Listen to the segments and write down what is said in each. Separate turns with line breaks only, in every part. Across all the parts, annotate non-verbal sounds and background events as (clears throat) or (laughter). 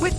With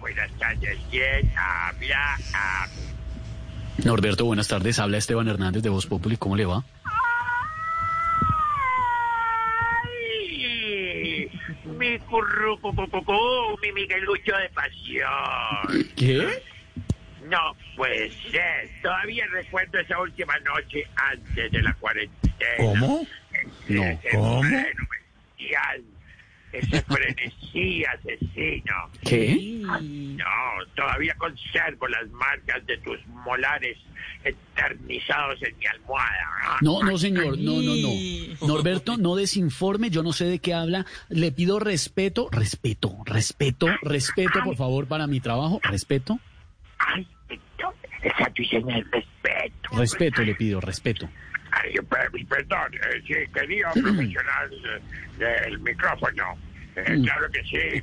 Buenas tardes, ¿quién habla? Ah,
Norberto, buenas tardes. Habla Esteban Hernández de Voz Populi. ¿Cómo le va?
¡Ay! Mi currucucucucú, mi Miguelucho de pasión.
¿Qué?
No puede ser. Todavía recuerdo esa última noche antes de la cuarentena.
¿Cómo? No,
Ese
¿cómo?
freno bestial, Ese frenesí asesino.
¿Qué?
No, todavía conservo las marcas de tus molares eternizados en mi almohada.
No, no, señor. No, no, no. Norberto, no desinforme. Yo no sé de qué habla. Le pido respeto, respeto, respeto, respeto, por favor, para mi trabajo. Respeto,
Ay, entonces, exacto, y señal, respeto.
respeto, le pido, respeto.
Ay, per- perdón, eh, sí,
(clears throat)
querido profesional eh, del micrófono.
Mm.
Eh, claro que sí, eh,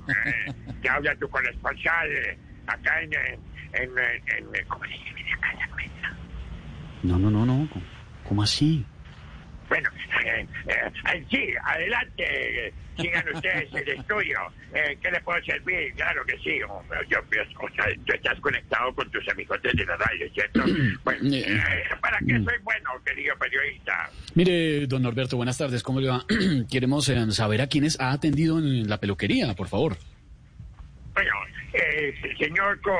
te habla tu corresponsal eh, acá en, eh, en, eh, en, eh, ¿Cómo se llama esa casa, Bueno,
No, no, no, no. ¿Cómo- ¿Cómo así?
Bueno, eh, eh, eh, sí, adelante, eh, sigan ustedes el estudio. Eh, ¿Qué les puedo servir? Claro que sí. o- Yo, pues, o sea, tú estás conectado con tus amigos de la radio, ¿cierto? Bueno, eh, ¿para qué soy bueno, querido periodista?
Mire, don Norberto, buenas tardes. ¿Cómo le va? (clears throat) Queremos eh, saber a quiénes ha atendido en la peluquería, por favor.
Bueno, eh, el señor con...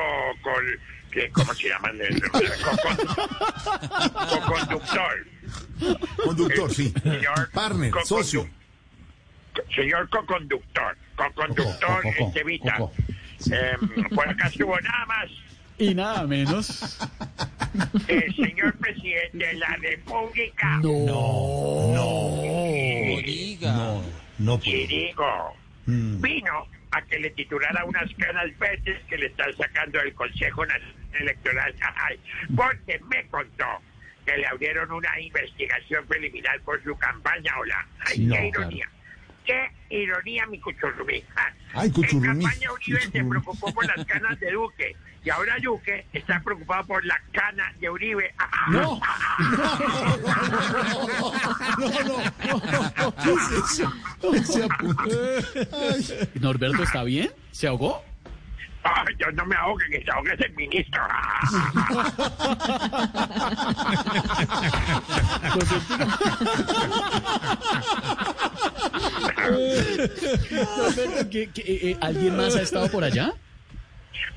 ¿Cómo se llaman? Eh, co- co- Coconductor. Eh,
Conductor, sí.
Señor
Partner,
co-
socio.
condu- Señor co-conductor, co-conductor
Coco, Coco,
Estevita.
Coco.
Em, por acá estuvo nada más
Y nada menos.
el eh, señor presidente de la República.
No,
Y
pues.
digo, vino a que le titulara unas canas verdes que le están sacando del Consejo Nacional Electoral. Ay, porque me contó que le abrieron una investigación preliminar por su campaña. Hola, ay,
Sí, no,
qué ironía. Qué ironía, mi cuchurrumí. Ah,
Ay, cuchurrumí,
En campaña Uribe se
cuchurrumí.
preocupó por las canas de Duque. Y ahora Duque está preocupado por la cana de Uribe. Ah,
No.
Se apunta. Ay,
Norberto, ¿está bien? ¿Se ahogó?
Ay, Dios, no me ahogue, que se ahogue ese ministro. Ah,
Norberto, ¿qué- qué- eh, eh, ¿alguien más ha estado por allá?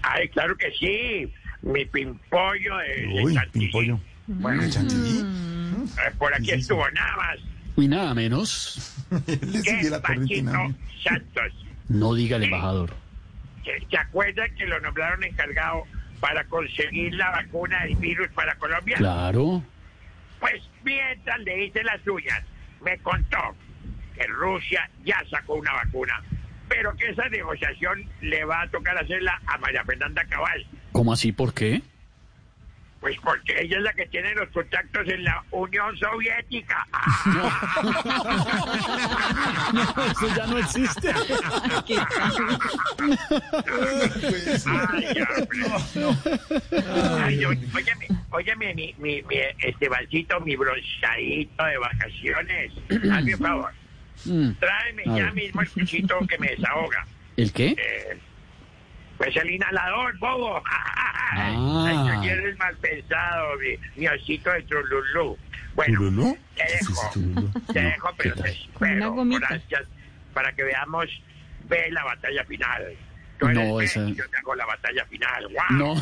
Ay, claro que sí. Mi pimpollo de, de
Uy,
Chantilly.
pimpollo.
Bueno,
Chantilly.
eh, por aquí estuvo nada más.
Y nada menos.
Le sigue
Que
la corriente.
Pachito
nada más.
Santos.
No diga el embajador.
¿Se- ¿Se acuerdan que lo nombraron encargado para conseguir la vacuna del virus para Colombia?
Claro.
Pues mientras le hice las suyas, me contó que Rusia ya sacó una vacuna, pero que esa negociación le va a tocar hacerla a María Fernanda Cabal.
¿Cómo así? ¿Por qué?
Pues porque ella es la que tiene los contactos en la Unión Soviética. Ah,
Eso ya no existe.
ay, hombre. Ay, oye, óyeme, óyeme, mi, mi, mi Estebancito, mi bronzadito de vacaciones. Hazme un favor. Tráeme
Mm. A
ya
ver.
mismo el cuchito que me desahoga.
¿El qué?
Eh, pues el inhalador, bobo. (laughs)
Ah.
Ay, tú eres mal pensado, mi, mi osito de Trululú. Bueno,
¿Turulú?
te
Sí, sí,
dejo.
turulú.
Te dejo, pero te
Una
espero.
gomita.
Gracias. Para que veamos, ve la batalla final. Tú
No,
eres
esa-
Messi, Yo te hago la batalla final. ¡Guau!
(laughs) No,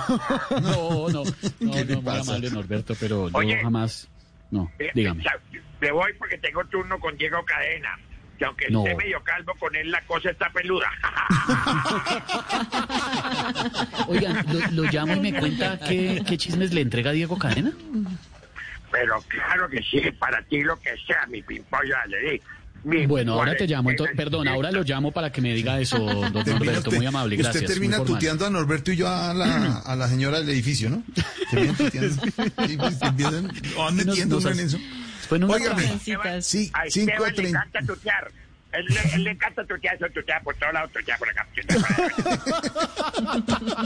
no, no. No,
¿Qué le
no, muy
pasa?
amable, Norberto, pero yo
Oye.
jamás. No,
Eh,
dígame.
chao, Me voy porque tengo turno con Diego Cadena. Que aunque
No.
esté medio calvo con él, la cosa está peluda. (laughs)
Oigan, lo, lo llamo y me cuenta qué, qué chismes le entrega Diego Cadena.
Pero claro que sí, para ti lo que sea, mi pimpollo, le di. Mi- eh,
Bueno, ahora
¿cuál
te
es?
llamo. entonces-
Esa-
perdón, ahora lo llamo para que me diga eso, don Norberto.
Terminaste-
Muy amable,
y
gracias.
Usted
muy
termina
formal.
tuteando a Norberto y yo a la, a la señora del edificio,
(laughs)
¿no? Terminan tuteando. Sí, pues, te empiezan- ¿Dónde
Nos-
entiendo,
nos
hombre, en
as-
eso?
Fue en una
Óigame.
Esteban-
Sí,
a
cinco
Esteban le
treinta.
encanta tutear. Él, le- él le encanta tutear, eso tutea por todos lados, tutea por acá. tutea por allá.